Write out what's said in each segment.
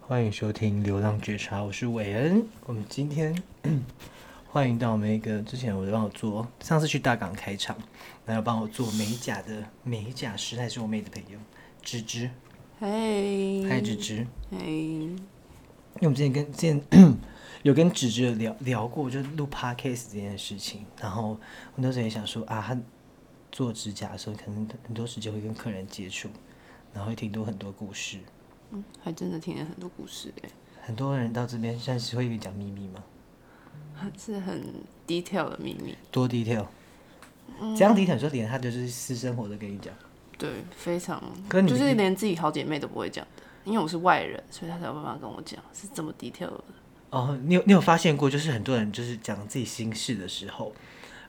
欢迎收听《流浪觉察》，我是韦恩。我们今天 欢迎到我们一个之前我帮我做，上次去大港开场，然后帮我做美甲的美甲师，还是我妹的朋友芝芝，嘿，嗨芝芝。嘿，因为我们之前跟之前 有跟芝芝聊聊过，就是录 podcast 这件事情，然后我那时候也想说啊，他做指甲的时候，可能很多时间会跟客人接触，然后会听多很多故事。嗯，还真的听了很多故事哎，很多人到这边现在是会讲秘密吗？还是很 detail 的秘密，多 detail，这嗯样 detail 你说连他就是私生活都跟你讲，对，非常，可你就是连自己好姐妹都不会讲的，因为我是外人，所以她才有办法跟我讲是怎么 detail 的。哦，你有你有发现过，就是很多人就是讲自己心事的时候，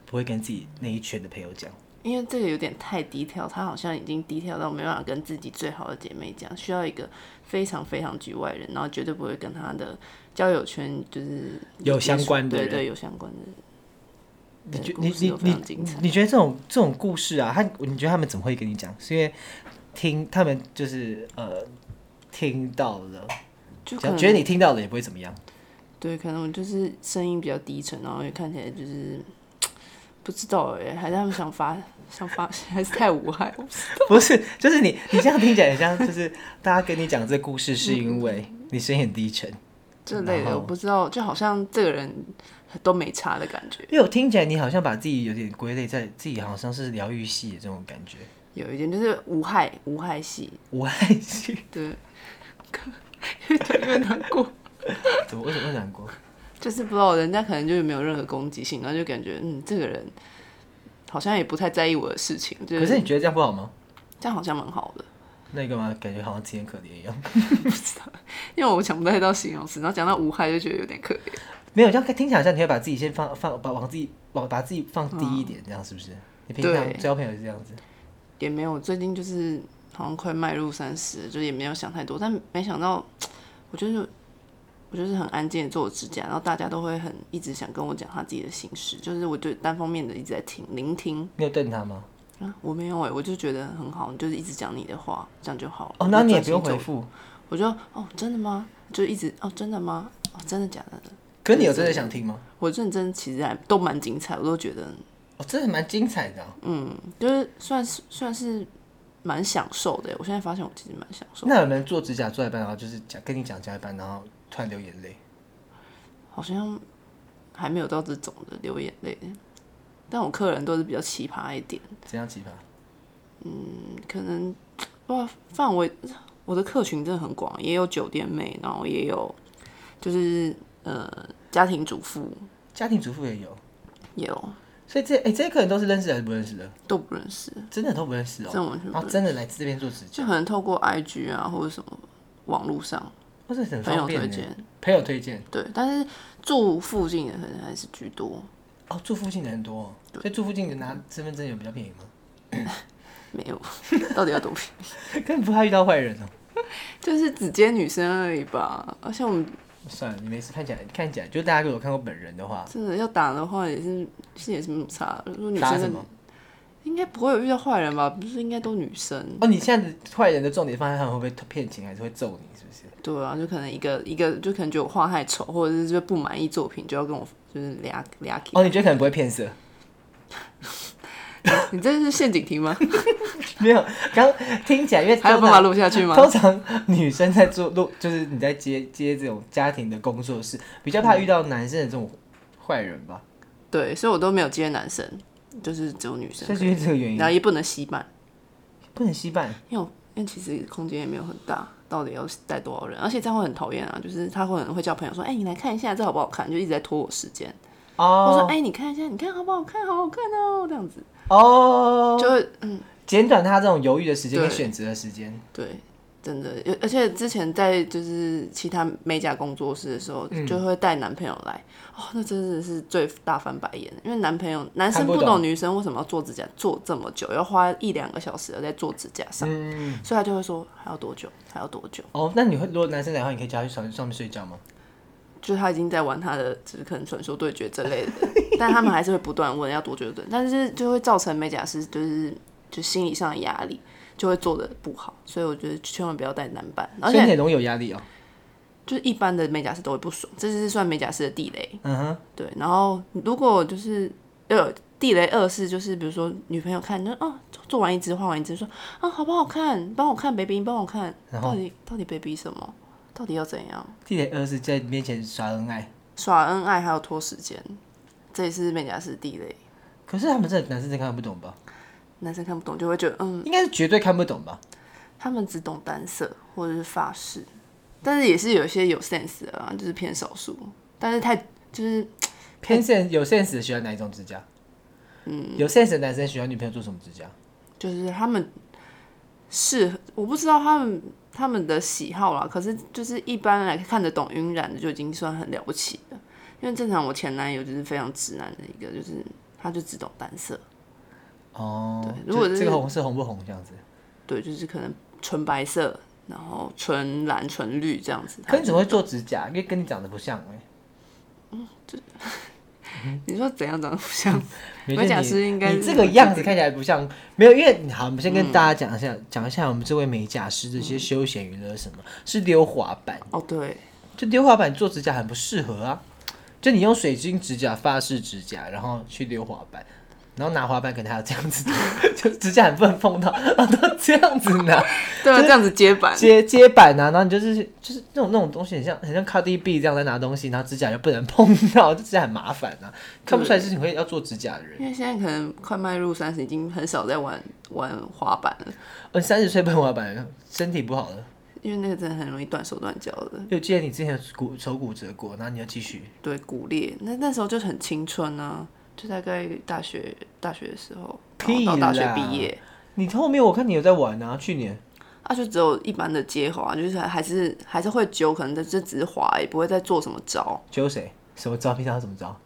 不会跟自己那一圈的朋友讲。因为这个有点太 detail，她好像已经 detail 到没办法跟自己最好的姐妹讲，需要一个非常非常局外人，然后绝对不会跟她的交友圈就是有相关的对人对有相关的人。你觉对你故事你都非你常精彩你觉得这种这种故事啊，他你觉得他们怎么会跟你讲？是因为听他们就是呃听到了，就可讲能觉得你听到了也不会怎么样。 对，可能我就是声音比较低沉，然后也看起来就是不知道哎，还是他们想发想发， 还是太无害。不是，就是你你这样听起来很像，就是大家跟你讲这故事是因为嗯你声音很低沉。这类然的后我不知道，就好像这个人都没差的感觉。因为我听起来你好像把自己有点归类在自己好像是疗愈系的这种感觉，有一点就是无害无害系，无爱系，对， 越讲越难过。怎么为什么会难过？就是不知道人家可能就是没有任何攻击性，然后就感觉嗯，这个人好像也不太在意我的事情，就可是你觉得这样不好吗？这样好像蛮好的。那个嘛，感觉好像自己很可怜一样。因为我想不太到形容词，然后讲到无害就觉得有点可怜。没有，这样听起来像你会把自己先放放把往自己往把自己放低一点，这样是不是？你平常对交朋友是这样子，也没有，最近就是好像快迈入三十，就也没有想太多，但没想到，我就是我就是很安静的做我指甲，然后大家都会很一直想跟我讲他自己的心事，就是我就单方面的一直在听聆听你有瞪他吗？啊，我没有哎、我就觉得很好，你就是一直讲你的话，这样就好了。哦，那你也我不就用专心回做，复。我就哦真的吗？就一直哦真的吗？哦真的假的？可是你有真的想听吗？我认真其实还都蛮精彩，我都觉得哦，真的蛮精彩的啊、嗯，就是算是算是蛮享受的欸、我现在发现我其实蛮享受的。那有人做指甲做一半，然后就是讲跟你讲加一半，然后突然流眼泪？好像还没有到这种的流眼泪，但我客人都是比较奇葩一点，怎样奇葩？嗯可能哇范围我的客群真的很广，也有酒店妹，然后也有就是呃家庭主妇，家庭主妇也有，也有所以这哎、这些客人都是认识的还是不认识的？都不认识，真的都不认识这哦。种完全然不后认识，真的来这边做指就甲，可能透过 IG 啊或者什么网络上或者哦很朋方友便推呢。荐，朋友推荐对，但是住附近的可能还是居多，哦，住附近的人多、哦，所以住附近的拿身份证有比较便宜吗？没有， 到底要多便宜根本不怕遇到坏人哦。就是只接女生而已吧，而且我们算了，你没事，看起来看起来，就大家如果有看过本人的话，真的要打的话也是是也是没有差的。如果女打生什真么的？应该不会有遇到坏人吧？不是应该都女生？哦，你现在的坏人的重点放在他们会不会骗钱，还是会揍你，是不是？对啊，就可能一个一个就可能觉得我画太丑，或者是就不满意作品，就要跟我就是俩俩起。 哦，你觉得可能不会骗色？你这是陷阱 题吗？没有，刚听起来因为还有通办法常录下去吗？通常女生在做录，就是你在接接这种家庭的工作室，比较嗯怕遇到男生的这种坏人吧，对，所以我都没有接男生，就是只有女生所，以就是这个原因然，后也不能吸满，不能稀办。因为我因为其实空间也没有很大。到底要带多少人？而且这样会很讨厌啊！就是他会很会叫朋友说：“哎、你来看一下这好不好看？”就一直在拖我时间。我说：“哦哎、你看一下，你看好不好看？好好看哦！”这样子。哦，就会嗯，减短他这种犹豫的时间跟对选择的时间。对，真的，而而且之前在就是其他美甲工作室的时候，嗯就会带男朋友来，哦，那真的是最大翻白眼的，因为男朋友男生看不不懂懂女生为什么要做指甲做这么久，要花一两个小时在做指甲上，嗯，所以他就会说还要多久，还要多久，哦，那你会如果男生来的话，你可以叫他去床上面睡觉吗？就是他已经在玩他的，就是可能传说对决这 类的，但他们还是会不断问要多久，等，但是就会造成美甲师就是就心理上的压力。就会做的不好，所以我觉得千万不要带男伴，而所以且你很容易有压力哦。就是一般的美甲师都会不爽，这就是算美甲师的地雷。嗯哼，对，然后如果就是呃地雷二是就是比如说女朋友看，就啊做做完一只画完一只，说啊好不好看，帮我看 baby，你帮我看，然到底到底 baby 什么，到底要怎样地雷二是在面前耍恩爱，耍恩爱还有拖时间，这也是美甲师的地雷，可是他们这男生真看不懂吧？男生看不懂就会觉得嗯，应该是绝对看不懂吧？他们只懂单色或者是发饰，但是也是有一些有 sense 的啊，就是偏少数，但是太就是偏 sense 有 sense 的喜欢哪一种指甲？嗯，有 sense 的男生喜欢女朋友做什么指甲？就是他们适合，我不知道他们他们的喜好啦。可是就是一般来看得懂晕染的就已经算很了不起了。因为正常我前男友就是非常直男的一个，就是他就只懂单色，哦，对如果这是这个红色红不红这样子？对，就是可能纯白色，然后纯蓝、纯绿这样子。可你怎么会做指甲？因为跟你长得不像哎、你说怎样长得不 像？没美事甲你师应该你是这个样子看起来不像，没有，因为好，我们先嗯跟大家讲一下，讲一下我们这位美甲师的一些休闲娱乐，什么、是溜滑板？哦，对，就溜滑板做指甲很不适合啊，就你用水晶指甲、发饰指甲，然后去溜滑板，然后拿滑板可能还有这样子的， 就指甲很不能碰到，然后都这样子拿，对啊，这样子接 板，接接板啊，然后你就是就是那种那种东西，很像很像 Cardi B 这样在拿东西，然后指甲又不能碰到， 就指甲很麻烦啊，看不出来是你会要做指甲的人。因为现在可能快迈入三十，已经很少在玩玩滑板了，呃，三十岁碰滑板，身体不好了。因为那个真的很容易断手断脚的。又记得你之前有骨手骨折过，然后你要继续，对骨裂，那那时候就是很青春啊，就大概大学大学的时候，然后屁到大学啦毕业，你后面我看你有在玩啊，去年啊，就只有一般的接口啊，就是还还是还是会揪，可能就就只是滑，也不会再做什 么招。揪谁？什么招？平常怎么招？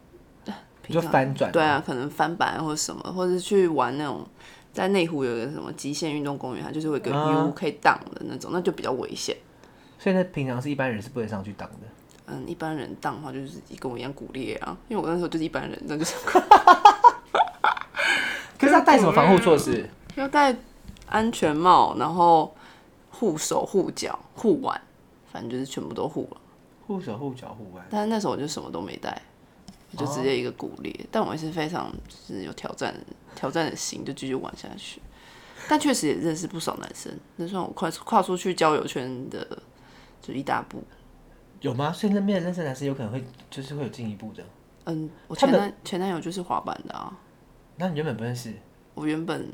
平就常翻转。对啊，可能翻板或者什么，或者是去玩那种在内湖有一个什么极限运动公园，它就是会有一个啊 U 可以荡的那种，那就比较危险。所以那平常是一般人是不能上去挡的。嗯，一般人荡的话就是跟我一样骨裂啊，因为我那时候就是一般人，那就是可是他带什么防护措施？要戴安全帽，然后护手、护脚、护腕，反正就是全部都护了。护手、护脚、护腕。但是那时候我就什么都没带，我就直接一个骨裂。但我也是非常就是有挑战挑战的心，就继续玩下去。但确实也认识不少男生，那算我快跨出去交友圈的就一大步。有吗？所以那边的认识男生有可能会就是会有进一步的。嗯，我他前们男前男友就是滑板的啊。那你原本不认识，我原本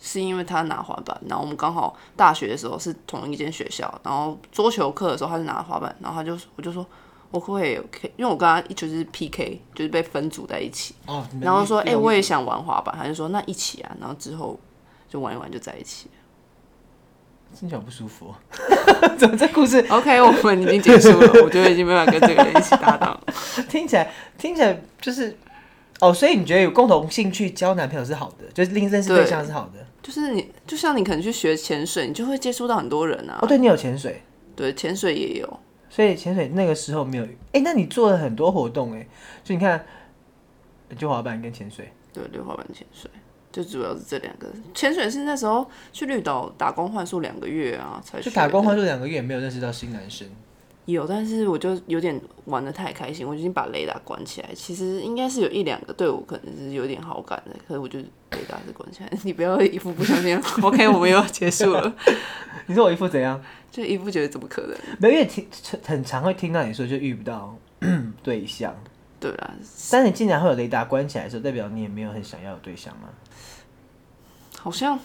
是因为他拿滑板，然后我们刚好大学的时候是同一间学校，然后桌球课的时候他就拿滑板，然后他就我就说我可不可以，可以因为我跟他一就是 PK，就是被分组在一起，哦，你们然后一说哎、有我也想玩滑板，他就说那一起啊，然后之后就玩一玩就在一起。听起来好不舒服哦。 怎么这故事 OK，我们已经结束了，我觉得已经没办法跟这个人一起搭档了。听起来听起来就是哦？所以你觉得有共同兴趣交男朋友是好的，就是另认识对对象是好的。就是你，就像你可能去学潜水，你就会接触到很多人啊哦，。对你有潜水，对，潜水也有，所以潜水那个时候没有。哎，那你做了很多活动哎，就你看，就滑板跟潜水。对，溜滑板、潜水，就主要是这两个。潜水是那时候去绿岛打工换宿两个月啊，才就去打工换宿两个月，没有认识到新男生。有，但是我就有点玩的太开心，我已经把雷达关起来。其实应该是有一两个对我可能是有点好感的，可是我就雷达是关起来。 你不要一副不相信。OK，我们又要结束了， 你说我一副怎样？就一副觉得怎么可能？没有，因为听很常会听到你说就遇不到 对象，对啦，但你竟然会有雷达关起来的时候，代表你也没有很想要有对象吗？好像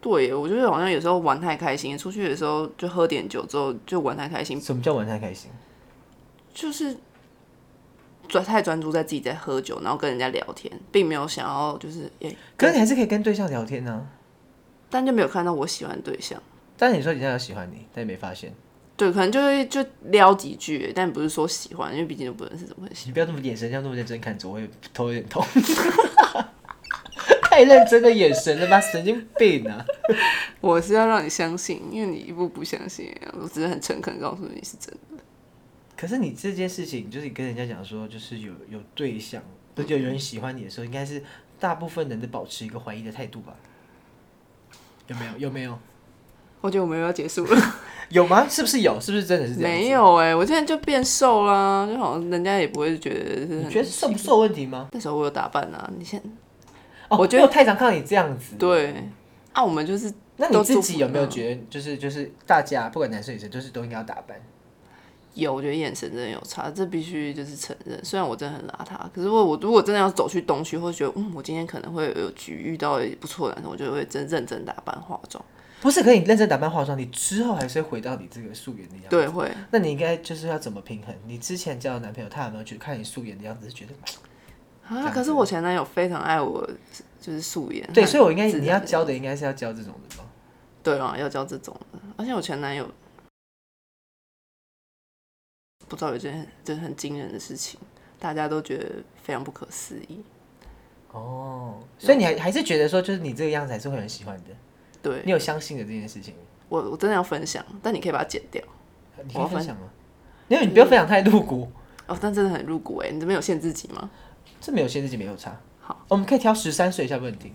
对耶，我觉得好像有时候玩太开心，出去的时候就喝点酒之后就玩太开心，什么叫玩太开心？就是专太专注在自己在喝酒，然后跟人家聊天，并没有想要就是诶、可是你还是可以跟对象聊天呢、但就没有看到我喜欢的对象。但你说你现在有喜欢你，但你没发现，对，可能就会就撩几句，但不是说喜欢，因为毕竟都不认识，怎么会喜你不要这么眼神，这样那么认真看着我，我也头有点痛。太认真的眼神了吧，神经病啊！欢？我是要让你相信，因为你一步不相信一样，我只是很诚恳地告诉你是真的。可是你这件事情，就是你跟人家讲说，就是有有对象，就有人喜欢你的时候，应该是大部分人都保持一个怀疑的态度吧？有没有？有没有？我觉得我们又要结束了，有吗？是不是有？是不是真的是这样？没，有哎、我现在就变瘦啦，就好像人家也不会觉得是你很。觉得瘦不瘦问题吗？那时候我有打扮啊，你现哦，我觉得我太常看到你这样子。对啊，我们就是那你都自做己不有没有到觉得，就是就是大家不管男生女生，就是都应该要打扮？有，我觉得眼神真的有差，这必须就是承认。虽然我真的很邋遢，可是我我如果真的要走去东区，会觉得嗯，我今天可能会有局遇到不错的男生，我就会真认真打扮化妆。不是，可以认真打扮化妆，你之后还是会回到你这个素颜的样子。对，会啊那你应该就是要怎么平衡？你之前交的男朋友，他有没有觉得看你素颜的样子，觉得这啊，样可是子我前男友非常爱我，就是素颜。对？很所以我应该自你然要的教的应该是要教这种的吧？对啊，要教这种的。而且我前男友不知道有一件很真的很惊人的事情，大家都觉得非常不可思议。哦，所以你还还是觉得说，就是你这个样子还是会有人喜欢的，对你有相信的这件事情吗，我我真的要分享，但你可以把它剪掉你可以我要分分享吗？因为你不要分享太露骨，哦。但真的很入骨哎、你这边有限制级吗？这没有限制级没有差。好，我们可以挑十三岁以下不能听，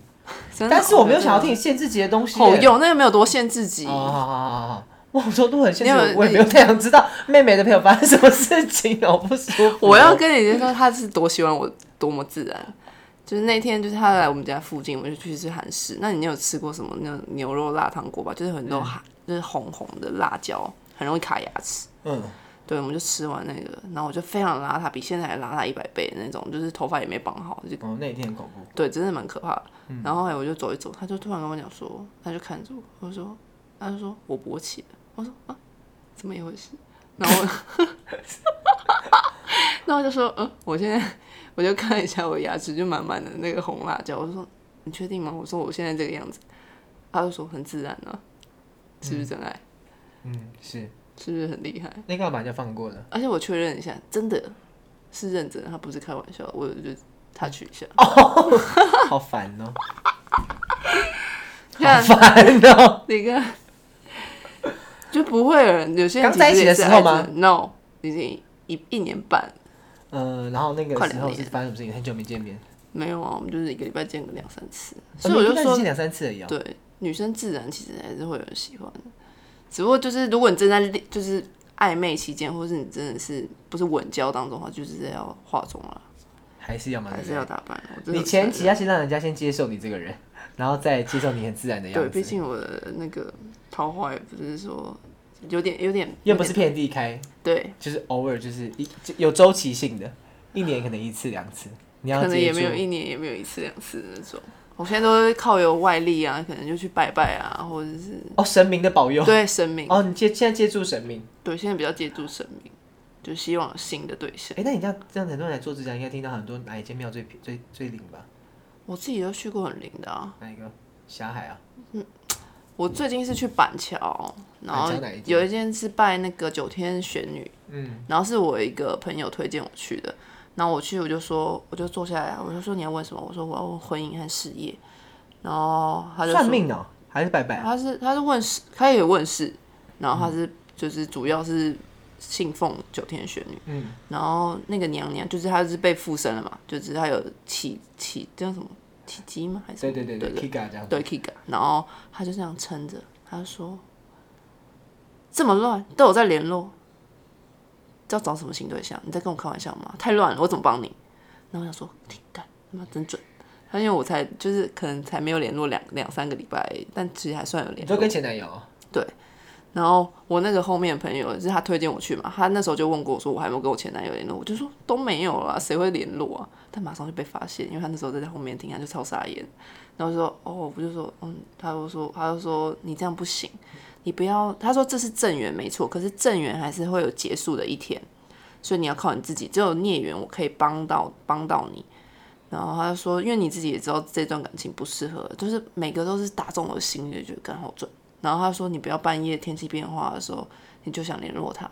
真的哦但是我没有想要真听限制级的东西的耶。好用，那个没有多限制级。哦，好好好好好，哇，我说都很限制你有，我也没有太想知道妹妹的朋友发生什么事情，好不舒服哦。我要跟你说，他是多喜欢我，多么自然。就是那天，就是他来我们家附近，我就去吃韩式。那你有吃过什么那种牛肉辣汤锅吧？就是很多嗯哈，就是红红的辣椒，很容易卡牙齿。嗯，对，我们就吃完那个，然后我就非常邋遢，比现在还邋遢一百倍的那种，就是头发也没绑好，就哦，那一天很恐怖。对，真的蛮可怕的。然后后来我就走一走，他就突然跟我讲说，他就看着我，我就说，他就说我勃起了，我说啊，怎么一回事？然后我， 然后我就说，嗯，我现在我就看一下我牙齿，就满满的那个红辣椒，我就说你确定吗？我说我现在这个样子，他就说很自然啊，是不是真爱？嗯，是，是不是很厉害？那个把人家放过 了。而且我确认一下，真的是认真的，他不是开玩笑的，我就他去一下，好烦 哦、好看烦哦、你看，就不会有人有些人刚在一起的时候吗其实也是爱着？No，已经一一年半了嗯、然后那个快时两候年是发生什么事情？很久没见面，没有啊，我们就是一个礼拜见个两三次，哦所以我就你一开始说见，两三次而已、哦。对，女生自然其实还是会有人喜欢的，只不过就是如果你正在恋就是暧昧期间，或是你真的是不是稳交当中的话，就是要化妆了，还是要嘛，还是要打扮啊。我真的你很前承期认要先让人家先接受你这个人，然后再接受你很自然的样对，子。毕竟我的那个桃花也不是说有点有点又不是遍地开，对，就是偶尔就是一就有周期性的，一年可能一次两次。你要可能接也触没有一年也没有一次两次的那种。我现在都是靠有外力啊，可能就去拜拜啊，或者是哦，神明的保佑对神明，哦，你接现在接触神明。对现在比较接触神明，就希望有新的对象。哎、那你这样这样很多人来做指甲，应该听到很多哪一间庙最最最灵吧？我自己都去过很灵的啊，哪一个？霞海啊？我最近是去板桥，然后板桥哪一间有一间是拜那个九天玄女，嗯，然后是我一个朋友推荐我去的，然后我去我就说我就坐下来啊，我就说你要问什么？我说我要问婚姻和事业，然后他就说算命哦、还是拜拜啊？他是他是问世，他也有问世，然后他是、就是主要是信奉九天玄女，嗯，然后那个娘娘就是她是被附身了嘛，就是她有起起叫什么起鸡吗？还是什对么对对对对，Kiga 这样。对 Kiga，然后他就这样撑着，他就说这么乱都有在联络，要找什么新对象？你在跟我开玩笑吗？太乱了，我怎么帮你？然后我想说，挺干，他妈真准。他因为我才就是可能才没有联络两两三个礼拜，但其实还算有你联说络。跟前男友哦？然后我那个后面的朋友，就是他推荐我去嘛，他那时候就问过我说我还有没有跟我前男友联络，我就说都没有啦，谁会联络啊？但马上就被发现，因为他那时候在后面听，他就超傻眼。然后就说哦，我就说嗯，他就说他就说你这样不行，你不要，他说这是正缘没错，可是正缘还是会有结束的一天，所以你要靠你自己，只有孽缘我可以帮到帮到你。然后他就说，因为你自己也知道这段感情不适合，就是每个都是打中我的心，就觉得刚好准。然后他说，你不要半夜天气变化的时候，你就想联络他，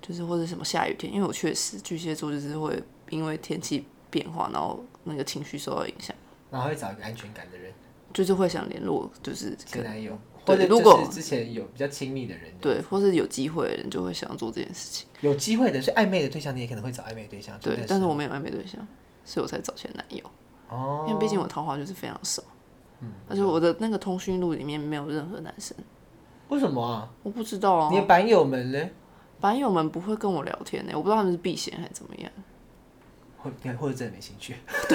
就是或者什么下雨天，因为我确实巨蟹座就是会因为天气变化，然后那个情绪受到影响，然后会找一个安全感的人，就是会想联络，就是前男友，或对者如果就是之前有比较亲密的人，对，或是有机会的人就会想要做这件事情。有机会的，所以暧昧的对象你也可能会找暧啊昧的对象。就对，但是我没有暧昧对象，所以我才找前男友，哦，嗯因为毕竟我桃花就是非常少，而且我的那个通讯录里面没有任何男生，为什么啊？我不知道啊你，的板友们嘞，板友们不会跟我聊天欸呢、我不知道他们是避嫌还是怎么样。或 或者真的没兴趣，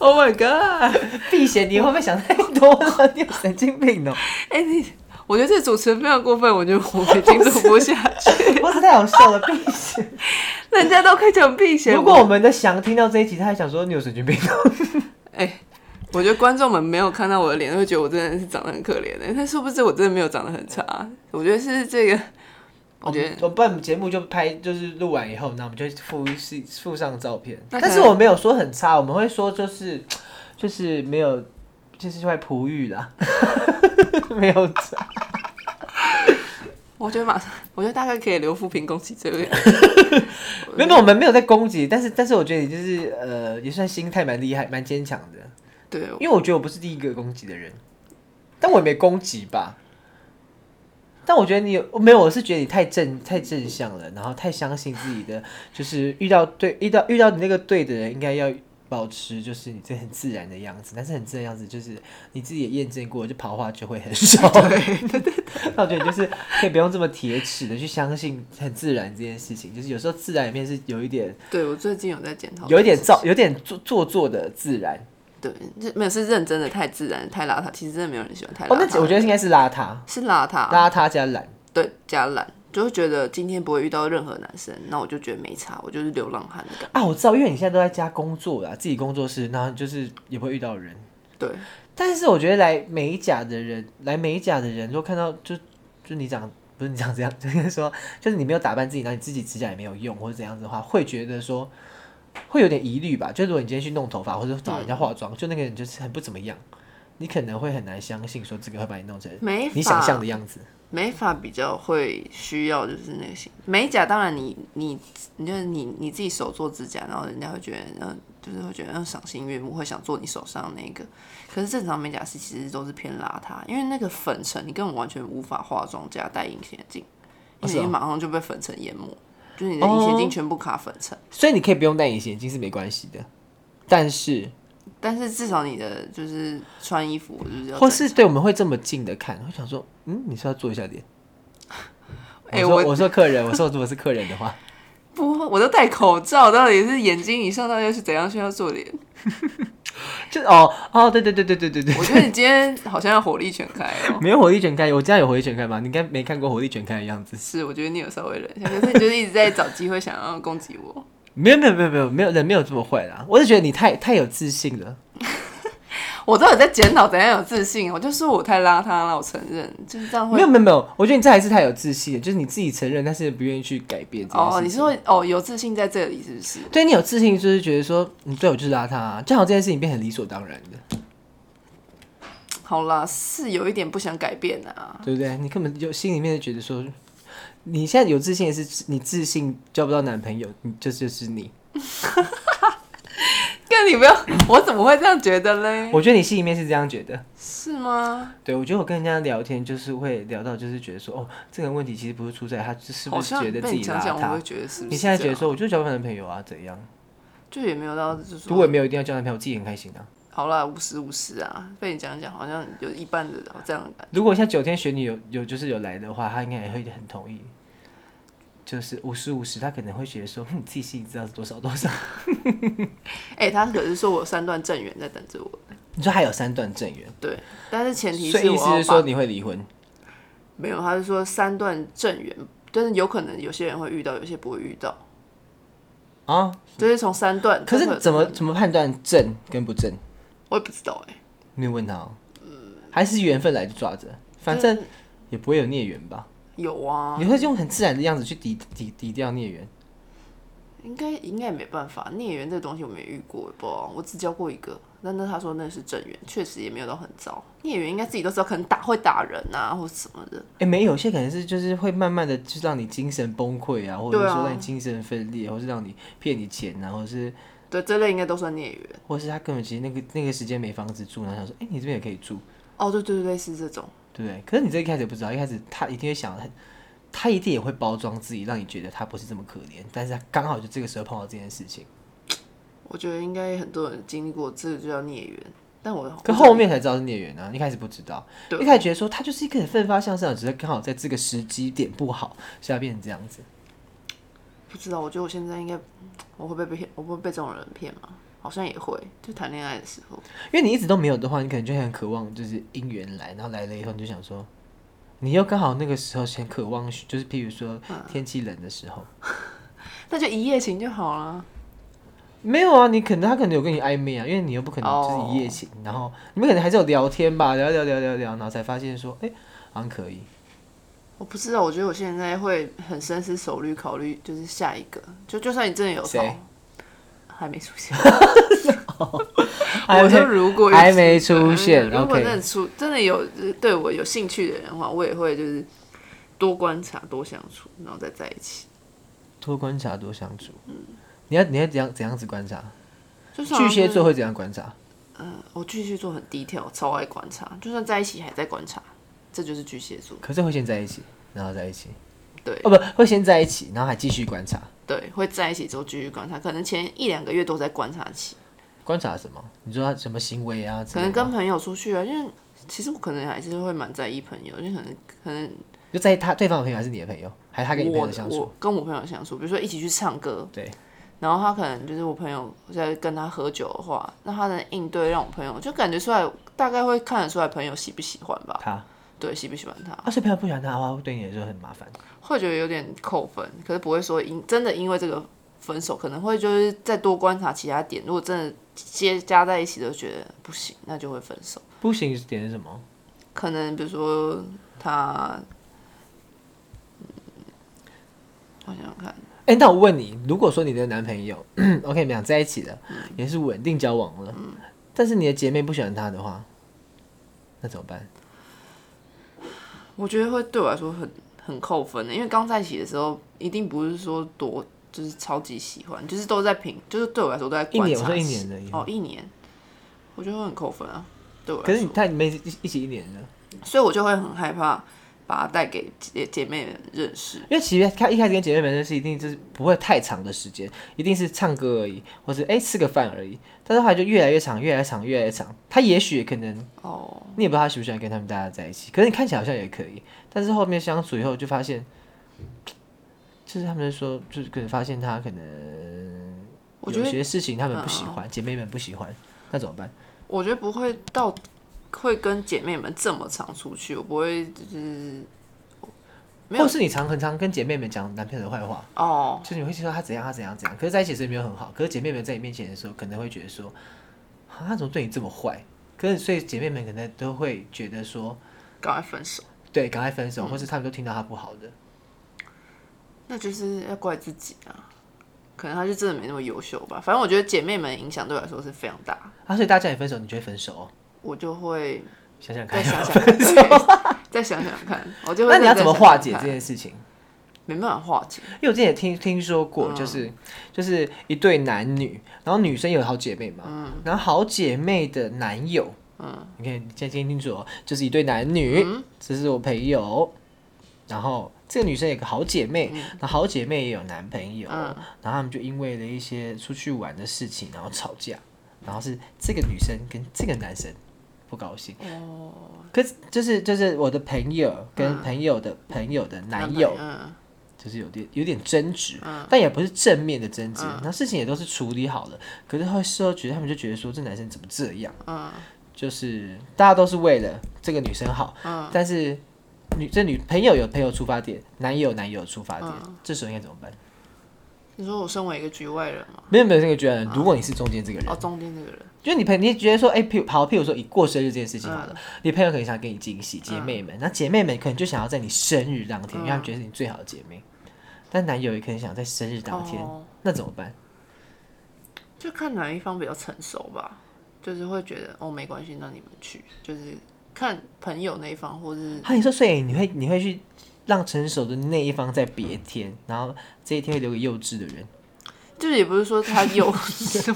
Oh my god！避嫌你会不会想太多了？ 你有神经病哦！哎、你，我觉得这主持人非常过分，我觉得我已经录不下 去，我是太好笑了，避嫌。 人家都可以讲避嫌。如果我们的翔听到这一集，他还想说你有神经病哦。哎、我觉得观众们没有看到我的脸，会觉得我真的是长得很可怜的、但是不是我真的没有长得很差？我觉得是这个，我觉得哦我们办节目就拍，就是录完以后，那我们就附是附上照片。那可能但是我没有说很差，我们会说就是就是没有，就是会璞玉啦， 没有差。我觉得马上，我觉得大概可以留负评攻击这个。没有，没有我们没有在攻击，但是但是我觉得你就是呃，也算心态蛮厉害、蛮坚强的。 对，因为我觉得我不是第一个攻击的人，但我也没攻击吧。但我觉得你有没有？我是觉得你太正太正向了，然后太相信自己的，就是遇到对遇到遇到你那个对的人，应该要保持就是你这很自然的样子。但是很自然的样子就是你自己也验证过，就跑话就会很 少。 那我觉得你就是可以不用这么铁齿的去相信很自然这件事情，就是有时候自然里面是有一点对我最近有在检讨，有一点造有点做做作的自然。对，这没有是认真的太自然太邋遢，其实真的没有人喜欢太邋遢哦，的人。那我觉得应该是邋遢，是邋遢，邋遢加懒。对，加懒，就会觉得今天不会遇到任何男生，那我就觉得没差，我就是流浪汉的感啊，我知道，因为你现在都在家工作啦，自己工作室，然后就是也不会遇到人。觉。对，但是我觉得来美甲的人，来美甲的人，如果看到就就你长不是你长这样，就是说就是你没有打扮自己，然后你自己指甲也没有用或者怎样子的话，会觉得说会有点疑虑吧。就如果你今天去弄头发或者找人家化妆，就那个人就是很不怎么样，你可能会很难相信说这个会把你弄成美你想发象的样子。美发比较会需要就是那个型，美甲当然你你你就是你你自己手做指甲，然后人家会觉得嗯、呃就是会觉得嗯赏心悦目，会想做你手上那个。可是正常美甲师其实都是偏邋遢，因为那个粉尘你根本完全无法化妆加戴隐形眼镜，哦因是为你马上就被粉尘淹没，就是你的隐形眼镜全部卡粉尘。所以你可以不用戴隐形眼镜是没关系的，但是但是至少你的就是穿衣服就是要或是对我们会这么近的看，会想说，嗯，你是要做一下脸。哎我说我我说客人，我说如果是客人的 话，不，我都戴口罩，到底是眼睛以上到底是怎样需要做脸？就哦哦，对对对对对对对， 我觉得你今天好像要火力全开哦。没有火力全开，我家有火力全开吗？你应该没看过火力全开的样子。是，我觉得你有稍微忍一下，可是你就是一直在找机会想要攻击我。没有没有没有没有没有人没有这么坏啦，我是觉得你太太有自信了。我都有在检讨怎样有自信，我就说我太邋遢了，我承认，就是这样没会有。没有没有，我觉得你这还是太有自信了，就是你自己承认，但是不愿意去改变这件事情。哦，你是说哦有自信在这里是不是？对你有自信，就是觉得说，嗯，对我就是邋遢、啊，正好这件事情变很理所当然的，好啦，是有一点不想改变啊。对不对？你根本就心里面就觉得说，你现在有自信的是你自信交不到男朋友，你这就是你。但你不要，我怎么会这样觉得嘞？我觉得你心里面是这样觉得。是吗？对，我觉得我跟人家聊天就是会聊到，就是觉得说，哦，这个问题其实不是出在他是好不是像觉得自被你己邋讲讲，我遢会。觉得是不是这样？你现在觉得说，我就交不到男朋友啊，怎样？就也没有到就是如果说没有一定要交男朋友，我自己很开心啊。好啦，五十五十啊，被你讲讲好像有一半的这样的感如果像九天玄女有有就是有来的话，她应该也会很同意。就是五十五十，她可能会觉得说，哼你自己心里知道是多少多少。觉。哎、他可是说我有三段正缘在等着我，你说还有三段正缘，对，但是前提所是以我意要思把是说你会离婚？没有，他是说三段正缘，但是有可能有些人会遇到，有些不会遇到，啊？就是从三段。可这是个怎么怎么判断正跟不正？我也不知道哎、你有问他、哦，还是缘分来就抓着，反正也不会有孽缘吧？有啊，你会用很自然的样子去抵抵抵掉孽缘。应该应该也没办法。孽缘这东西我没遇过，不知道，我只交过一个。但那他说那是正缘，确实也没有到很糟。孽缘应该自己都知道，可能打会打人啊，或什么的。哎、没有，有些可能是就是会慢慢的，就是让你精神崩溃啊，或者对是啊说让你精神分裂，或是让你骗你钱啊，或是对，这类应该都算孽缘。或是他根本其实那个那个时间没房子住，然后想说，哎、你这边也可以住，哦，对对对，类似这种。对不对？可是你这一开始不知道，一开始他一定会想，他一定也会包装自己，让你觉得他不是这么可怜，但是他刚好就这个时候碰到这件事情。我觉得应该很多人经历过，这个就叫孽缘。但哦我可后面才知道是孽缘啊，一开始不知道，对一开始觉得说他就是一个很奋发向上的，只是刚好在这个时机点不好，所以他变成这样子。不知道，我觉得我现在应该，我会不会被骗？我会被这种人骗吗？好像也会，就谈恋爱的时候，因为你一直都没有的话，你可能就很渴望就是姻缘来，然后来了以后你就想说，你又刚好那个时候很渴望，就是譬如说嗯天气冷的时候，那就一夜情就好了。没有啊，你可能他可能有跟你暧昧啊，因为你又不可能哦就是一夜情然后你们可能还是有聊天吧，聊聊聊聊聊，然后才发现说，哎、好像可以。我不知道，我觉得我现在会很深思熟虑考虑，就是下一个，就就算你真的有谁头，还没出现。 还我没说如果有嗯还没出现如果 OK 真的出真的有就是对我有兴趣的人的话，我也会就是多观察、多相处，然后再在一起。多观察，多相处。你要你要怎样怎样子观察？就是好巨像蟹是座会怎样观察？嗯，我巨蟹座很低调，超爱观察，就算在一起还在观察，这就是巨蟹座。可是会先在一起，然后在一起，对哦不，会先在一起，然后还继续观察。对，会在一起之后继续观察，可能前一两个月都在观察期，观察什么？你说他什么行为啊？可能跟朋友出去啊，因为其实我可能还是会蛮在意朋友，因为可能可能就在意他对方的朋友还是你的朋友，还是他跟你朋友我的相处？我跟我朋友相处，比如说一起去唱歌，对，然后他可能就是我朋友在跟他喝酒的话，那他的应对让我朋友就感觉出来，大概会看得出来朋友喜不喜欢吧，他，对，喜不喜欢他，而且啊朋友不喜欢他的话，对你来说很麻烦。会觉得有点扣分，可是不会说因真的因为这个分手，可能会就是再多观察其他点，如果真的接加在一起都觉得不行，那就会分手。不行的点是什么？可能比如说他，嗯，我想想看，哎、那我问你，如果说你的男朋友 ，OK，你们俩在一起了，也是稳定交往了，嗯但是你的姐妹不喜欢他的话，那怎么办？我觉得会对我来说很很扣分的，因为刚在一起的时候，一定不是说多就是超级喜欢，就是都在评，就是对我来说都在一观年，我察说一期年的以后，哦，一年，我觉得会很扣分啊，对我来可说。是你看你们一起一起一年了，所以我就会很害怕把它带给姐姐妹们认识。因为其实他一开始跟姐妹们认识，一定就是不会太长的时间，一定是唱歌而已，或者哎、吃个饭而已。但是后来就越来越长，越来越长，越来越长。他也许可能哦，你也不知道他喜不喜欢跟他们大家在一起，可是你看起来好像也可以，但是后面相处以后就发现，就是他们说，就是可能发现他可能我觉有得嗯些事情他们不喜欢，姐妹们不喜欢，那怎么办？我觉得不会到会跟姐妹们这么常出去，我不会就是没有或是你常很常跟姐妹们讲男朋友的坏话，哦，就是你会说他怎样他怎样怎样，可是在一起的时候没有很好，可是姐妹们在你面前的时候可能会觉得说，啊他怎么对你这么坏？可是所以姐妹们可能都会觉得说，赶快分手，对，赶快分嗯手，或是他们都听到他不好的。那就是要怪自己啊。可能他就真的没那么优秀吧。反正我觉得姐妹们影响对我来说是非常大，啊，所以大家也分手，你就会分手哦，我就会想想看再。想想看，对 再想想看，我就 会那你要再怎么想想化解看这件事情？没办法化解，因为我之前也听听说过，就是、就是一对男女，然后女生有好姐妹嘛，然后好姐妹的男友，嗯，你看先听清楚哦，就是一对男女，这是我朋友，然后这个女生有个好姐妹，然后好姐妹也有男朋友，然后他们就因为了一些出去玩的事情，然后吵架，然后是这个女生跟这个男生不高兴，哦，嗯可是就是就是我的朋友跟朋友的朋友的男友。朋嗯，就是有点有点争执，但也不是正面的争执，嗯那、事情也都是处理好了。可是后事后觉得他们就觉得说这男生怎么这样，嗯就是大家都是为了这个女生好，嗯但是女这女朋友有朋友出发点，男友有男友的出发点，嗯这时候应该怎么办？你说我身为一个局外人嘛，没有没有这个决然，如果你是中间这个人，嗯哦，中间这个人。就是你朋你觉得说，哎、譬如好，譬如说以过生日这件事情嗯好了，你朋友可能想给你惊喜，姐妹们，那、姐妹们可能就想要在你生日当天，嗯因为他们觉得是你最好的姐妹，但男友也可能想在生日当天，哦那怎么办？就看哪一方比较成熟吧，就是会觉得哦没关系，那你们去，就是看朋友那一方或是啊，你说，所以你会你会去让成熟的那一方在别天，然后这一天会留给幼稚的人。就是也不是说他有，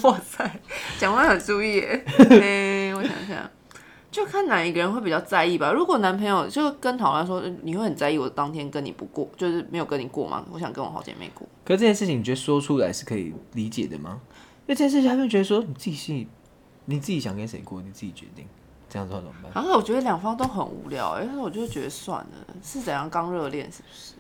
哇塞，讲话很注意 耶，哎、我想想，就看哪一个人会比较在意吧。如果男朋友就跟讨论说呃你会很在意我当天跟你不过，就是没有跟你过吗？我想跟我好姐妹过，可是这件事情，你觉得说出来是可以理解的吗？因为这件事情，他们觉得说你自己心里你自己想跟谁过，你自己决定。这样子的话怎么办？然后我觉得两方都很无聊、欸，但是我就觉得算了，是怎样刚热恋是不是？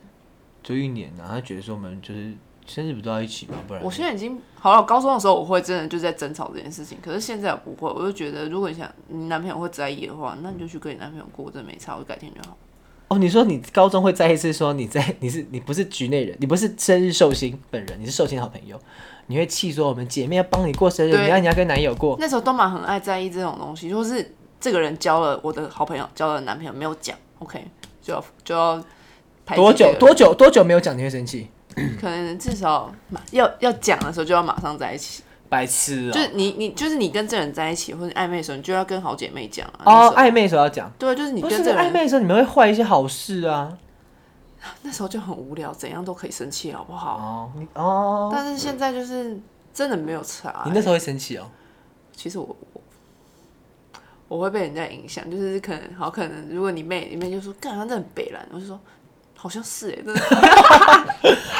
就一年啊，他觉得说我们就是生日不都要一起吗？不然我现在已经好了，我高中的时候我会真的就在争吵这件事情，可是现在我不会，我就觉得如果你想你男朋友会在意的话，那你就去跟你男朋友过，真的没差，我改天就好。哦，你说你高中会再一次说你在 你是你不是局内人，你不是生日寿星本人，你是寿星好朋友，你会气说我们姐妹要帮你过生日，对你要你要跟男友过，那时候东马很爱在意这种东西，就是这个人交了我的好朋友，交了男朋友没有讲，OK，就要就要排挤多这久个多久多久没有讲你会生气？可能至少马要要讲的时候就要马上在一起，白痴哦就是你你就是你跟这人在一起或者暧昧的时候，你就要跟好姐妹讲啊。那哦，时候暧昧的时候要讲，对，啊就是你不跟是这个暧人昧的时候你们会坏一些好事啊。那时候就很无聊，怎样都可以生气，好不好？哦，你哦，但是现在就是真的没有差欸、你那时候会生气哦。其实我我我会被人家影响，就是可能好可能，如果你妹你妹就说干他真的很北蓝，我就说好像是哎、真的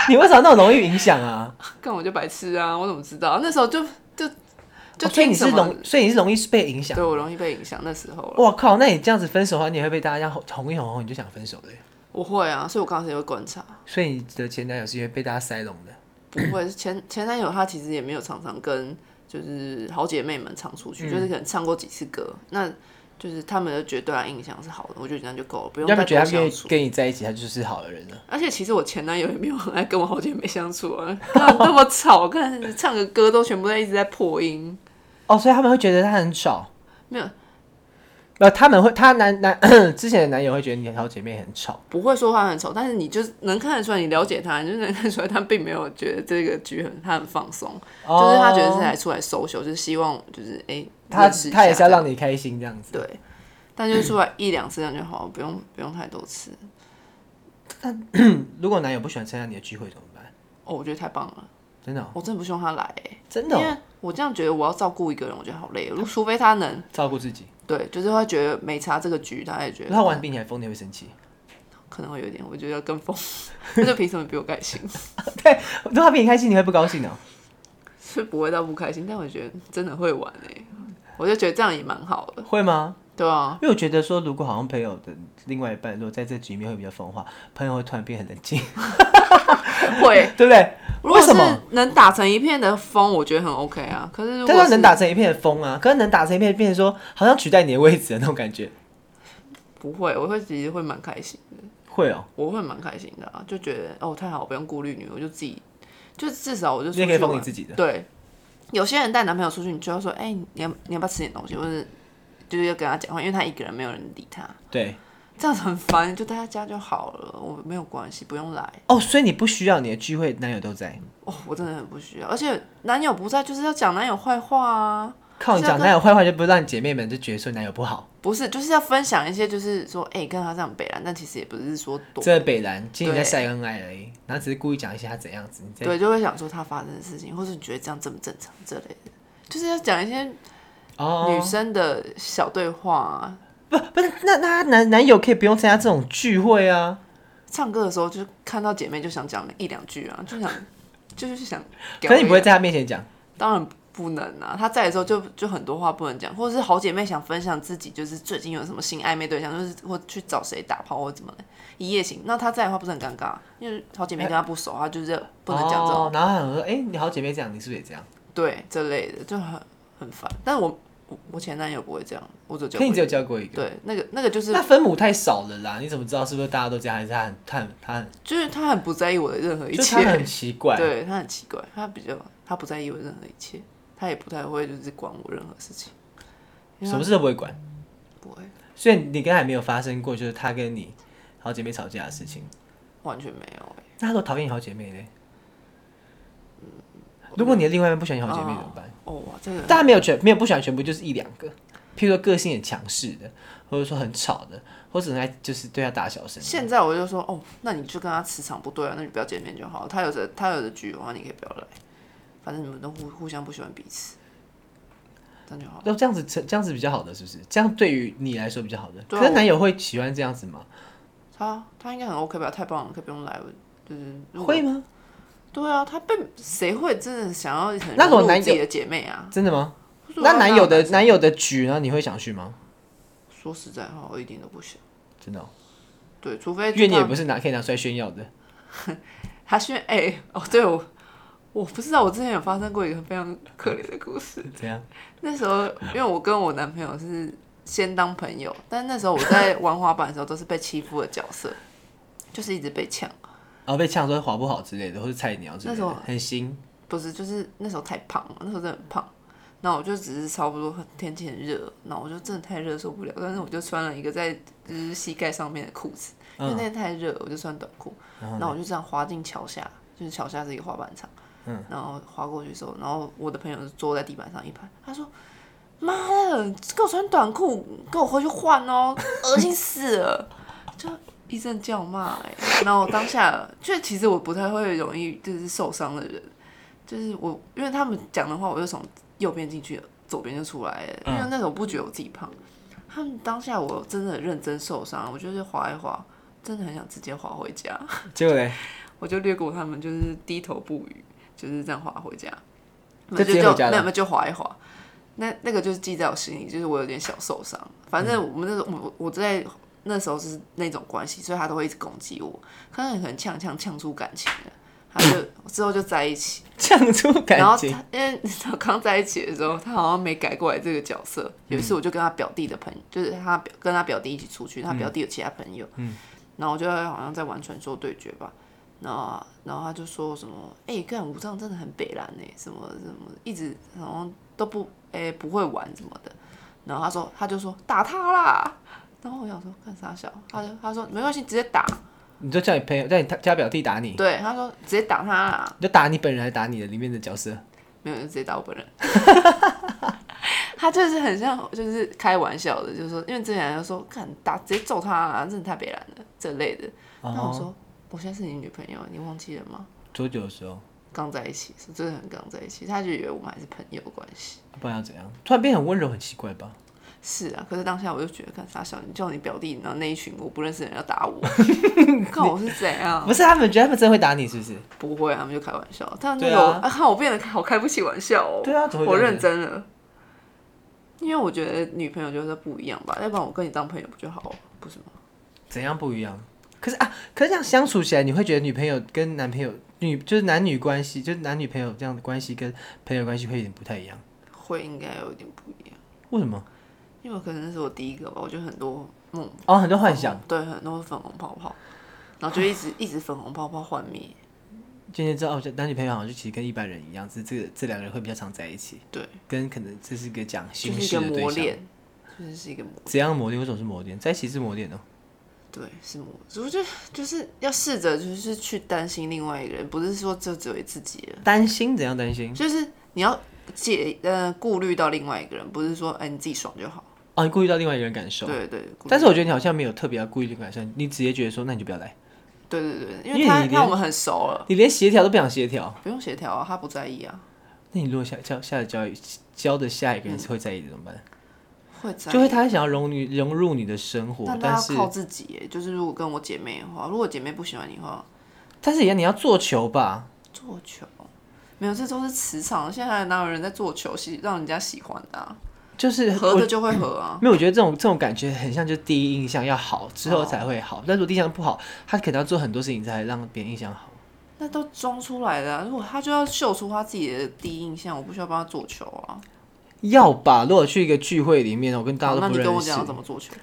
你为什么那么容易影响啊？干我就白痴啊，我怎么知道？那时候就就 就哦所以听你什是么，容，所以你是容易被影响对。我容易被影响那时候了，我靠，那你这样子分手的话，你也会被大家哄一哄哄，你就想分手的耶。我会啊，所以我刚开始也会观察，所以你的前男友是因为被大家塞拢的。不会前前男友他其实也没有常常跟就是好姐妹们唱出嗯去，就是可能唱过几次歌，那就是他们的绝对他印象是好的，我觉得这样就够了，不用要不再觉多得他愿相意处。跟你在一起，他就是好的人了。而且其实我前男友也没有很爱跟我好姐妹相处啊， 看那么吵，看唱个歌都全部在一直在破音，哦，所以他们会觉得他很吵。没有呃，他们会，他男男 之前的男友会觉得你好姐妹很吵。不会说话很吵，但是你就是能看得出来，你了解他，你就能看得出来他并没有觉得这个局很他很放松，哦就是他觉得是来出来 social，就是希望就是哎、他认识一下他也是要这样让你开心这样子。对，但就出来一两次这样就好，不用不用太多次。如果男友不喜欢参加你的聚会怎么办？哦，我觉得太棒了，真的哦、我真的不希望他来、欸，真的哦、因为我这样觉得我要照顾一个人，我觉得好累哦。如除非他能，照顾自己。对，就是会觉得没差这个局，他也觉如果得他玩比你还疯，你会生气。可能会有点，我觉得要跟风， 那就凭什么比我开心？ 哎对，如 果他比你开心，你会不高兴哦、是不会到不开心，但我觉得真的会玩哎、我就觉得这样也蛮好的，会吗？对啊，因为我觉得说，如果好像朋友的另外一半，如果在这局面会比较疯的话，朋友会突然变很冷静，会。对不对？如果 为是什么？能打成一片的风，我觉得很 OK 啊。可是如果但是能是打成一片的风啊，可是能打成一片，变成说好像取代你的位置的那种感觉，不会，我会其实会蛮开心的。会哦、我会蛮开心的啊，就觉得哦太好，不用顾虑女，我就自己，就至少我就你也可以出去封你玩自己的对，有些人带男朋友出去，你就要说，哎、你要你要不要吃点东西，或者就是要跟他讲话，因为他一个人没有人理他，对这样子很烦，就待在家就好了，我没有关系，不用来。哦，所以你不需要你的聚会男友都在，哦，我真的很不需要，而且男友不在就是要讲男友坏话啊，靠你是要讲跟男友坏话，就不让你姐妹们就觉得说你男友不好，不是就是要分享一些，就是说，哎、跟他这样北兰，但其实也不是说多这北兰今天在对晒恩爱而已，然后只是故意讲一些他怎样子，你在对，就会想说他发生的事情，或是你觉得这样正不正常之类的，就是要讲一些女哦，生的小对话、啊，不 不是，那那他男男友可以不用参加这种聚会啊，唱歌的时候就是看到姐妹就想讲一两句啊， 就想就是想。可是你不会？在他面前讲，当然不能啊！她在的时候就就很多话不能讲，或者是好姐妹想分享自己就是最近有什么新暧昧对象，就是或去找谁打炮或怎么的一夜情。那她在的话不是很尴尬？啊因为好姐妹跟她不熟，她就是不能讲这种、哦，然后他想说，哎、你好姐妹这样，你是不是也这样？对这类的，就很很烦。但我我我前男友不会这样，我只有交可过你一只有教过一个。对那个那个就是那分母太少了啦，你怎么知道是不是大家都这样？还是他很他很他很，就是他很不在意我的任何一就切他，很奇怪。对他很奇怪，他比较他不在意我任何一切，他也不太会就是管我任何事情，因为什么事都不会管。不会所以你跟他也没有发生过，就是他跟你好姐妹吵架的事情。完全没有、欸。那他都讨厌你好姐妹嘞？如果你的另外一半不喜欢你好姐妹怎么办？哦，哇，这个嗯大家没有全没有不喜欢全部，就是一两个，譬如说个性很强势的，或者说很吵的，或者很爱就是对他大小声。现在我就说哦，那你就跟他磁场不对啊，那你不要见面就好。他有的他有的局的话，你可以不要来，反正你们都互互相不喜欢彼此，这样就好。那这样子这样子比较好的，是不是？这样对于你来说比较好的。对啊可是男友会喜欢这样子吗？他他应该很 OK 吧？太棒了，可以不用来。我就是如果会吗？对啊，他被谁会真的想要很那融种入男友自己的姐妹啊？真的吗？我对啊那男友的男友的局，然后你会想去吗？说实在话，我一点都不想。真的哦、对，除非因为你也他不是拿可以拿出来炫耀的。他炫哎、哦，对我我不知道，我之前有发生过一个非常可怜的故事。怎样？那时候因为我跟我男朋友是先当朋友，但那时候我在玩滑板的时候都是被欺负的角色，就是一直被呛。然哦后被呛说滑不好之类的，或是菜鸟之类那时候的，很新。不是，就是那时候太胖了，那时候真的很胖。然后我就只是差不多天气很热，然后我就真的太热受不了，但是我就穿了一个在就是膝盖上面的裤子，因为那天太热，我就穿短裤。嗯然后我就这样滑进桥下，就是桥下是一个滑板场，嗯，然后滑过去的时候，然后我的朋友就坐在地板上一排，他说：“妈的，给我穿短裤，给我回去换哦， 恶心死了！”就一阵叫骂、欸，然后我当下就其实我不太会容易就是受伤的人。就是我，因为他们讲的话，我就从右边进去，左边就出来了。因嗯为那时候我不觉得我自己胖，他们当下我真的认真受伤，我就是滑一滑，真的很想直接滑回家，结果嘞，我就略过他们，就是低头不语，就是这样滑回家。就直接回家了那么就滑一滑。那那个就是记在我心里，就是我有点小受伤。反正嗯我们那时候，我我在那时候是那种关系，所以他都会一直攻击我，可能很呛呛呛出感情了，他就之后就在一起。呛出然后感他情。因为你知道刚在一起的时候，他好像没改过来这个角色。有一次我就跟他表弟的朋友，就是他表跟他表弟一起出去，他表弟有其他朋友，嗯，然后我就好像在玩传说对决吧，然后啊然后他就说什么，哎、干武藏真的很北蓝呢、什么什么，一直好像都不哎、不会玩什么的，然后他说他就说打他啦，然后我想说干啥小，他就他说没关系，直接打，你就叫你朋友，叫你他家表弟打你，对，他说直接打他啦，你就打你本人还是打你的里面的角色？没有，就直接打 我本人。他就是很像，就是开玩笑的，就是说，因为之前就说，看打直接揍他、啊，真的太北蓝了这类的。那、我哦，说，我现在是你女朋友，你忘记了吗？多久的时候？刚在一起，是真的很刚在一起，他就以为我们还是朋友关系。不然要怎样？突然变很温柔，很奇怪吧？是啊，可是当下我就觉得，看傻小，你叫你表弟，然后那一群我不认识的人要 打我，看我是怎样不？是，他们觉得他们真的会打你，是不是？不会啊，他们就开玩笑。但那对个啊我啊，看我变得好开不起玩笑哦。对啊怎么会我这样认真了，因为我觉得女朋友就是不一样吧，要不然我跟你当朋友不就好了，不是吗？怎样不一样？可是啊，可是这样相处起来，你会觉得女朋友跟男朋友女就是男女关系，就是男女朋友这样的关系跟朋友关系会有点不太一样。会应该有一点不一样，为什么？因为可能是我第一个吧，我就很多梦哦，很多幻想，，对，很多粉红泡泡，然后就一直一直粉红泡泡幻灭，渐渐知道哦，这男女朋友好像就其实跟一般人一样，只是这个这两个人会比较常在一起，对，跟可能这是一个讲就心是一事个的对磨象。练，就是是一个磨，怎样磨练？为什么是磨练？在一起是磨练哦。对，是磨，我觉得就是要试着就是去担心另外一个人，不是说就只有自己了。担心怎样担心？就是你要介呃顾虑到另外一个人，不是说哎、你自己爽就好。哦，你顾虑到另外一个人感受。对对，顾虑但是我觉得你好像没有特别要顾虑这个感受，你直接觉得说那你就不要来，对对对，因因为为他你连他我们很熟了，你连协调都不想协调。不用协调啊，他不在意啊，那你如果下下下交交的下一个人是会在意的怎么办？会在意就会他想要融你融入你的生活，但但他要是靠自己耶，就是如果跟我姐妹的话，如果姐妹不喜欢你的话，但是也你要做球吧？做球没有，这都是磁场，现在哪有人在做球喜让人家喜欢的、啊？就是合我的就会合啊，没有，我觉得这种这种感觉很像，就是第一印象要好之后才会哦好。但如果第一印象不好，他可能要做很多事情才让别人印象好。那都装出来的、啊。如果他就要秀出他自己的第一印象，我不需要帮他做球啊。要吧？如果去一个聚会里面，我跟大好家哦那都不你跟认我识讲要，怎么做球？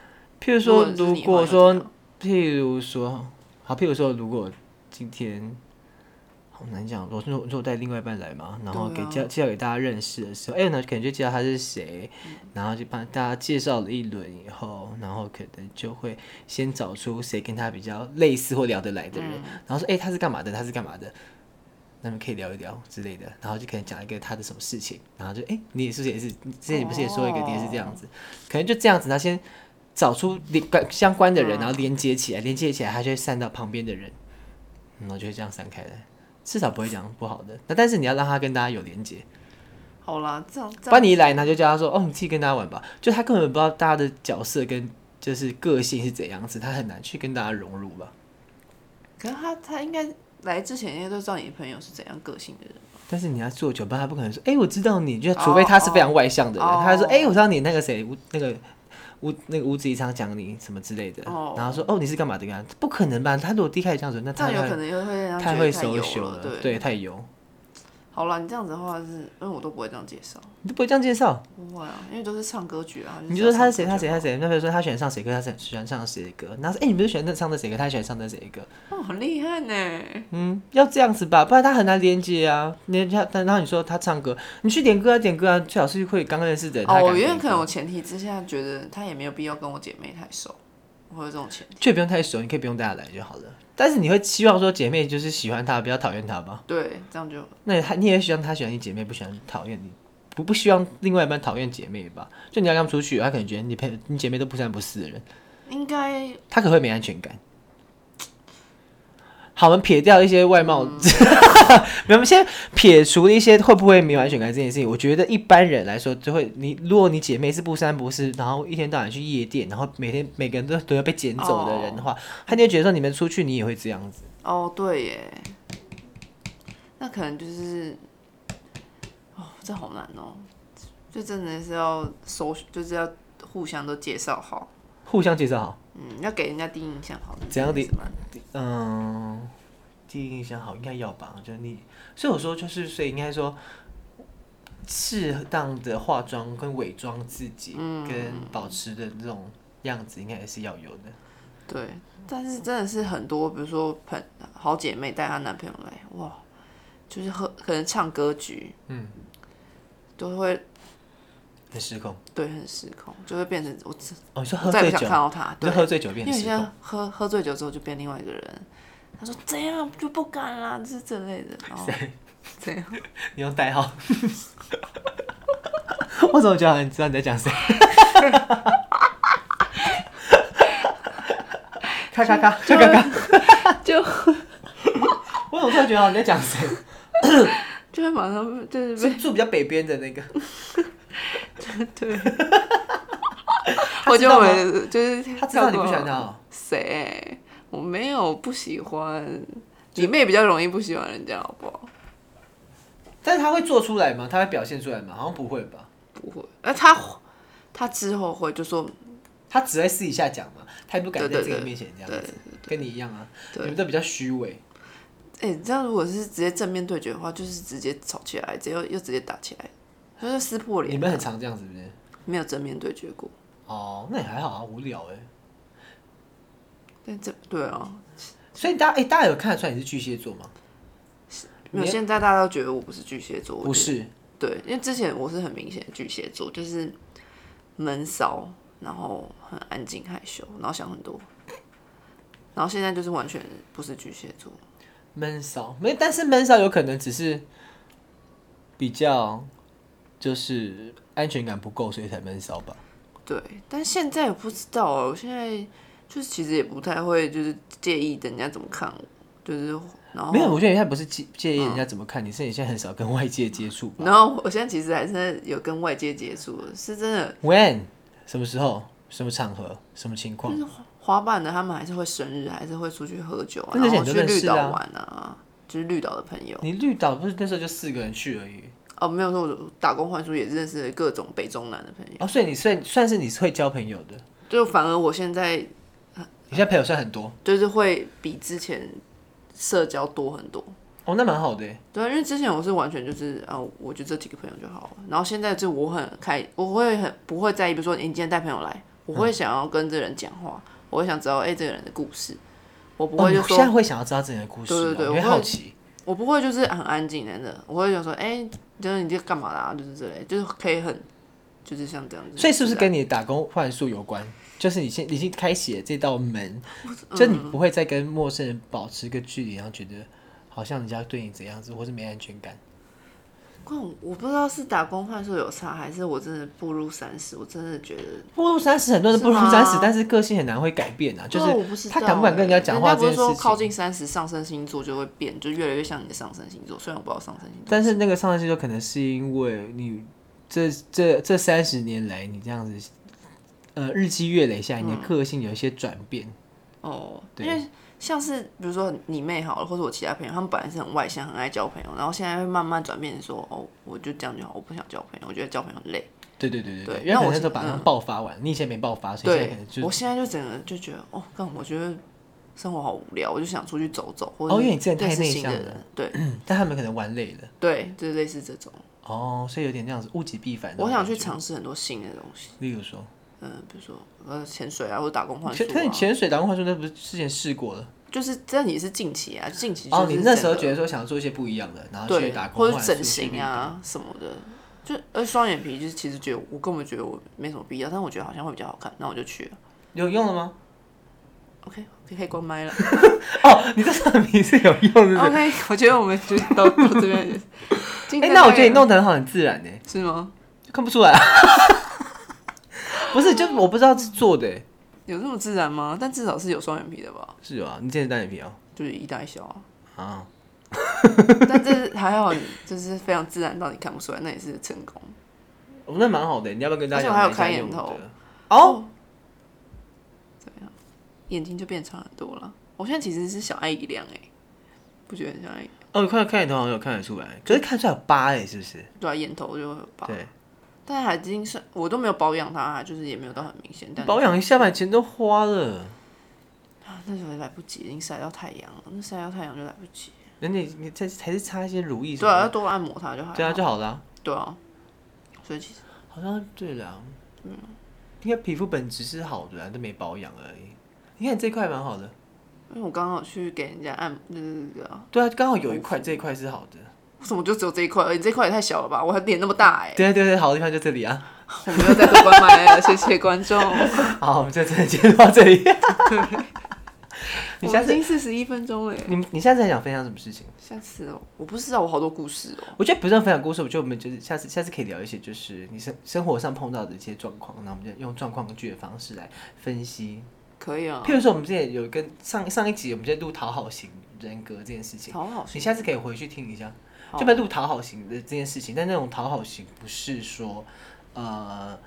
譬如说，如如果是你的话果要说怎么，譬如说，好，譬如说，如果今天好难讲，我说我说我带另外一半来嘛，然后给对啊介介绍给大家认识的时候，哎、那可能就介绍他是谁，嗯然后就帮大家介绍了一轮以后，然后可能就会先找出谁跟他比较类似或聊得来的人，然后说，哎、他是干嘛的？他是干嘛的？那么可以聊一聊之类的，然后就可能讲一个他的什么事情，然后就哎、你也是不是也是，你之前你不是也说一个，你也是这样子，可能就这样子，他先找出连关相关的人，然后连接起来，连接起来，他就会散到旁边的人，嗯然后就会这样散开来，至少不会讲不好的。那但是你要让他跟大家有连接，好啦，这样不这样然你一来，他就叫他说：“哦，你自己跟大家玩吧。”就他根本不知道大家的角色跟就是个性是怎样子，他很难去跟大家融入吧。可是他他应该来之前应该都知道你的朋友是怎样个性的人，但但是你要做酒吧，他不可能说，哎、我知道你，就除哦非他是非常外向的人，他就说，哎、我知道你那个谁，吴那个吴那个吴子怡常讲你什么之类的，哦然后说，哦，你是干嘛的？干不可能吧？他如果第一开始这样子，那这他样有可能又会让太他会觉得太 social 油了，对。对，太油，好了，你这样子的话是，因为我都不会这样介绍，你都不会这样介绍。不会啊，因为都是唱歌曲啊。你就说他是谁，他唱歌谁，他谁，那比如说他喜欢唱谁歌，他喜喜欢唱谁的歌，然后说，哎、你不是喜欢唱这谁歌，他喜欢唱这谁歌，曲？哦，很厉害呢。嗯，要这样子吧，不然他很难连接啊。连接，但然后你说他唱歌，你去点歌啊，点歌啊，最好是会刚认识的人。他敢哦，因为点可能歌我前提之下觉得他也没有必要跟我姐妹太熟，我会有这种前提。就不用太熟，你可以不用带他来就好了。但是你会期望说姐妹就是喜欢他，不要讨厌他吧？对，这样就那他你也希望他喜欢你姐妹，不喜欢讨厌你，不不希望另外一半讨厌姐妹吧？就你要跟他们出去，他可能觉得你朋友你姐妹都不三不四的人，应该他可能会没安全感。好，我们撇掉一些外貌， 没有，我们先撇除一些会不会没有安全感这件事情。我觉得一般人来说，就会你如果你姐妹是不三不四，然后一天到晚去夜店，然后每天每个人都都要被捡走的人的话，他就会觉得说你们出去你也会这样子。哦，对耶，那可能就是，哦，这好难哦，就真的是要搜，就是要互相都介绍好，互相介绍好。嗯，要给人家第一印象好，怎样的是吗？嗯，第一印象好应该要吧，就是你，所以我说就是，所以应该说，适当的化妆跟伪装自己，嗯跟保持的这种样子，应该也是要有的。对，但是真的是很多，比如说朋好姐妹带她男朋友来，哇，就是喝可能唱歌局，嗯，都会很失控对很失控，就会变成我哦，你说我喝再也醉不酒想看，到他，你对说。喝醉酒变因为失现在控，喝喝醉酒之后就变另外一个人。他说怎样就不敢啦，这之类的。然后怎样？你用代号。 我怎么觉得好像你知道你在讲 谁？咔咔咔咔咔咔！ 就我怎么突然觉得好像你在讲谁？就会马上就是是住比较北边的那个。被 对。他我知就道吗会就是他知道你不喜欢他哦。谁？我没有不喜欢，你妹比较容易不喜欢人家，好不好？但是他会做出来吗？他会表现出来吗？好像不会吧。不会。那他他之后会就说他只会私底下讲嘛，他也不敢在对对这个对面前这样对子，跟你一样啊。你对们都比较虚伪，哎、欸，这样如果是直接正面对决的话，就是直接吵起来，直接又又直接打起来，就是撕破你脸。们很常这样是不是？没有正面对决过。哦，那也还好啊，无聊哎。但这对啊，所以大家哎、大家有看得出来你是巨蟹座吗？没有，现在大家都觉得我不是巨蟹座，我不觉得是，对，因为之前我是很明显的巨蟹座，就是闷骚，然后很安静害羞，然后想很多，然后现在就是完全不是巨蟹座，闷骚没，但是闷骚有可能只是比较就是安全感不够，所以才闷骚吧。对，但现在我不知道哦，我现在就是其实也不太会就是介意人家怎么看我，就是然后没有，我觉得他不是介介意人家怎么嗯看你，是你现在很少跟外界接触吧然后我现在其实还是有跟外界接触的，是真的， ？When 什么时候？什么场合？什么情况？就是滑板的，他们还是会生日，还是会出去喝酒、啊，真的然是很后多去认识绿岛啊玩啊，就是绿岛的朋友。你绿岛不是那时候就四个人去而已哦，没有说我打工换宿也认识了各种北中南的朋友，哦，所以你算算是你是会交朋友的，就反而我现在你现在朋友算很多就是会比之前社交多很多。哦，那蛮好的耶。对啊，因为之前我是完全就是啊，我就这几个朋友就好了。然后现在就我很开，我会很不会在意，比如说你今天带朋友来，我嗯会想要跟这个人讲话，我会想知道哎、这个人的故事，我不哦，会你就现说、在会想要知道自己的故事哦，对对对你会我会好奇。我不会就是很安静的那，我会想说，哎、就是你这干嘛啦、就是这类，就是可以很，就是像这样子。所以是不是跟你的打工换宿有关？就是你现你已经开启了这道门，嗯就你不会再跟陌生人保持一个距离，然后觉得好像人家对你怎样子，或是没安全感。关我我啊不知道是打工换宿有差，还是我真的步入三十，我真的觉得，步入三十，很多人步入是吗三十，但是个性很难会改变啊。就对啊我不是知道欸他敢不敢跟人家讲话人这不件是说事靠情，近三十上升星座就会变，就越来越像你的上升星座。虽然我不知道上升星座，但是那个上升星座可能是因为你这这这三十年来你这样子，呃，日积月累下，你的个性有一些转变。哦，对因为像是比如说你妹好了，或者我其他朋友，他们本来是很外向、很爱交朋友，然后现在会慢慢转变成说，哦，我就这样就好，我不想交朋友，我觉得交朋友很累。对对对对对，因为可那能我那是时候把它嗯爆发完，你以前没爆啊发，所以现在可对能，就我现在就整个就觉得，哦，干，我觉得生活好无聊，我就想出去走走，或者哦因为你之前太认识内新的向了人，对但他们可能玩累了，对，就是类似这种。哦，所以有点这样子物极必反那种我感觉。想去尝试很多新的东西，例如说，嗯、比如说呃潜水啊，或者打工换其宿实但你啊，潜水、打工换宿那不是之前试过了？就是但也是近期啊，近期哦，就是你那时候整个觉得说想要做一些不一样的，然后去对打，工或者换宿整形，啊什么的。就而双眼皮就是其实觉得我根本觉得我没什么必要，但我觉得好像会比较好看，那我就去了。去有用了吗？ OK，可以可以 关麦了。哦， 你这产品是有用的。 OK，我觉得我们就到到这 边。今哎、天那我大觉得概你弄得很好，很自然呢，是吗？就看不出来、 啊。不是，就我不知道是做的欸，有这么自然吗？但至少是有双眼皮的吧，是有啊，你之前单眼皮哦，就是一大一小 啊。啊，但这是还好，就是非常自然到你看不出来，那也是成功。哦，那蛮好的欸，你要不要跟大家而且讲我还有一下开眼用的头？哦，怎么样？眼睛就变长很多了。我现在其实是小艾一亮哎、不觉得很像艾怡？哦，你看开眼头好像有看得出来，可是看出来有疤哎，是不是？对啊，眼头就会有疤，对，但还已经算我都没有保养它，就是也没有到很明显。但保养一下把钱都花了，啊，那时候也来不及，已经晒到太阳了。那晒到太阳就来不及。那你你再还是擦一些乳液什对啊，么要的，多按摩它就好。对啊就好了啊、对啊，所以其实好像对了啊，嗯应该皮肤本质是好的、啊，都没保养而已。你看你这块蛮好的，因为我刚好去给人家按，就是这个，对啊，刚好有一块这一块是好的。为什么就只有这一块？而且这一块也太小了吧？我还脸那么大哎、对对对，好的地方就这里啊。 我没有再度关麦了，谢谢观众。好，我们就真的接到这里。 你我下们已次，经四十一分钟了耶，你你下次还想分享什么事情？下次哦，我不知道，我好多故事哦。我觉得不是分享故事，我觉得我们就是下次下次可以聊一些，就是你生生活上碰到的一些状况，那我们就用状况剧的方式来分析。可以 啊，譬如说，我们之前有跟上上一集我们在录讨好型人格这件事情，好好你笑。下次可以回去听一下，哦好就在录讨好型的这件事情，但那种讨好型不是说，呃，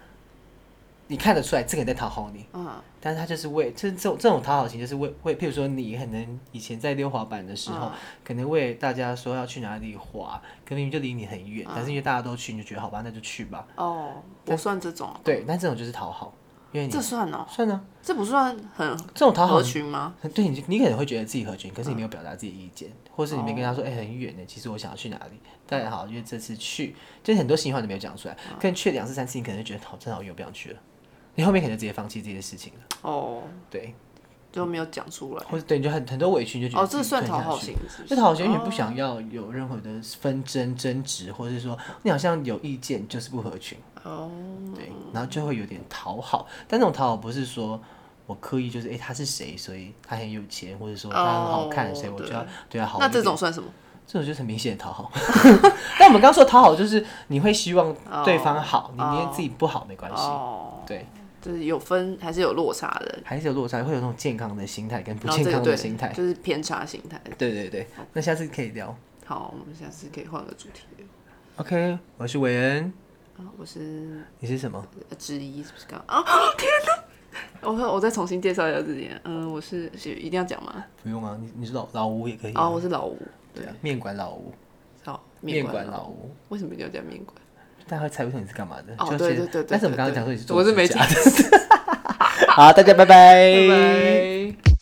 你看得出来这个人在讨好你，嗯，但是他就是为这这种这种讨好型，就是为为，譬如说你可能以前在溜滑板的时候，啊可能为大家说要去哪里滑，可明明就离你很啊远，但是因为大家都去，你就觉得好吧，那就去吧。哦，我算这种，对，那这种就是讨好，因为你这算哦，算呢，这不算很这种讨好合，群吗？ 对你你可能会觉得自己合群，可是你啊没有表达自己的意见，或是你没跟他说，哦哎、很远呢，其实我想要去哪里。大家好，因为这次去，就是很多心里话你没有讲出来，啊可能去了两次三次，你可能就觉得好，真好远，我不想去了。你后面可能就直接放弃这些事情了，哦，对，就没有讲出来。或者对你就很很多委屈，你就觉得哦，这自己算吞讨下好去型是哦不，就是讨好型，因为不想要有任何的纷争、争执，或者是说你好像有意见就是不合群，哦，对，然后就会有点讨好。但那种讨好不是说我刻意就是哎、诶他是谁，所以他很有钱，或者说他很好看，哦所以我就对要对他好一那点。这种算什么？这种就是很明显的讨好。 但我们刚刚说讨好就是你会希望对方好，你连自己不好没关系，哦，对，就是有分还是有落差的，还是有落差，会有那种健康的心态跟不然后健这个康哦对的心态。就是偏差心态。对对对，那下次可以聊。好，我们下次可以换个主题。 OK，我是韦恩，啊，我是你是什么？呃之一，是不是刚啊？ 天哪！我我再重新介绍一下自己。嗯，我是是一定要讲吗？不用啊，你你是老老吴也可以啊啊，我是老吴，对啊，面馆老吴，好，面馆啊馆老吴，为什么一定要讲面馆？大家会猜不出你是干嘛的。哦就是对对对对 但是我们刚刚讲说你是做我是指没甲的。好，大家拜拜拜拜。